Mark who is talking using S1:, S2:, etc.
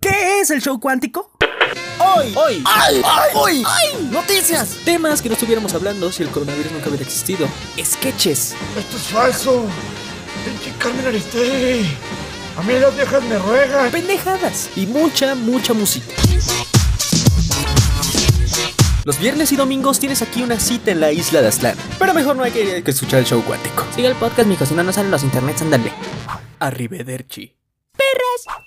S1: ¿Qué es el show cuántico?
S2: Hoy, hoy,
S3: ¡Ay! ¡Ay! ¡Ay! ¡Noticias!
S2: temas que no estuviéramos hablando si el coronavirus nunca hubiera existido. Sketches.
S4: Esto es falso. Pinche Carmen Aristegui. A mí las viejas me ruegan.
S2: pendejadas y mucha, mucha música. Los viernes y domingos tienes aquí una cita en la isla de Aztlán. Pero mejor no hay que, hay que escuchar el show cuántico. Sigue el podcast, mijo, si no, no salen los internets, ándale. Arrivederci.
S1: Perras.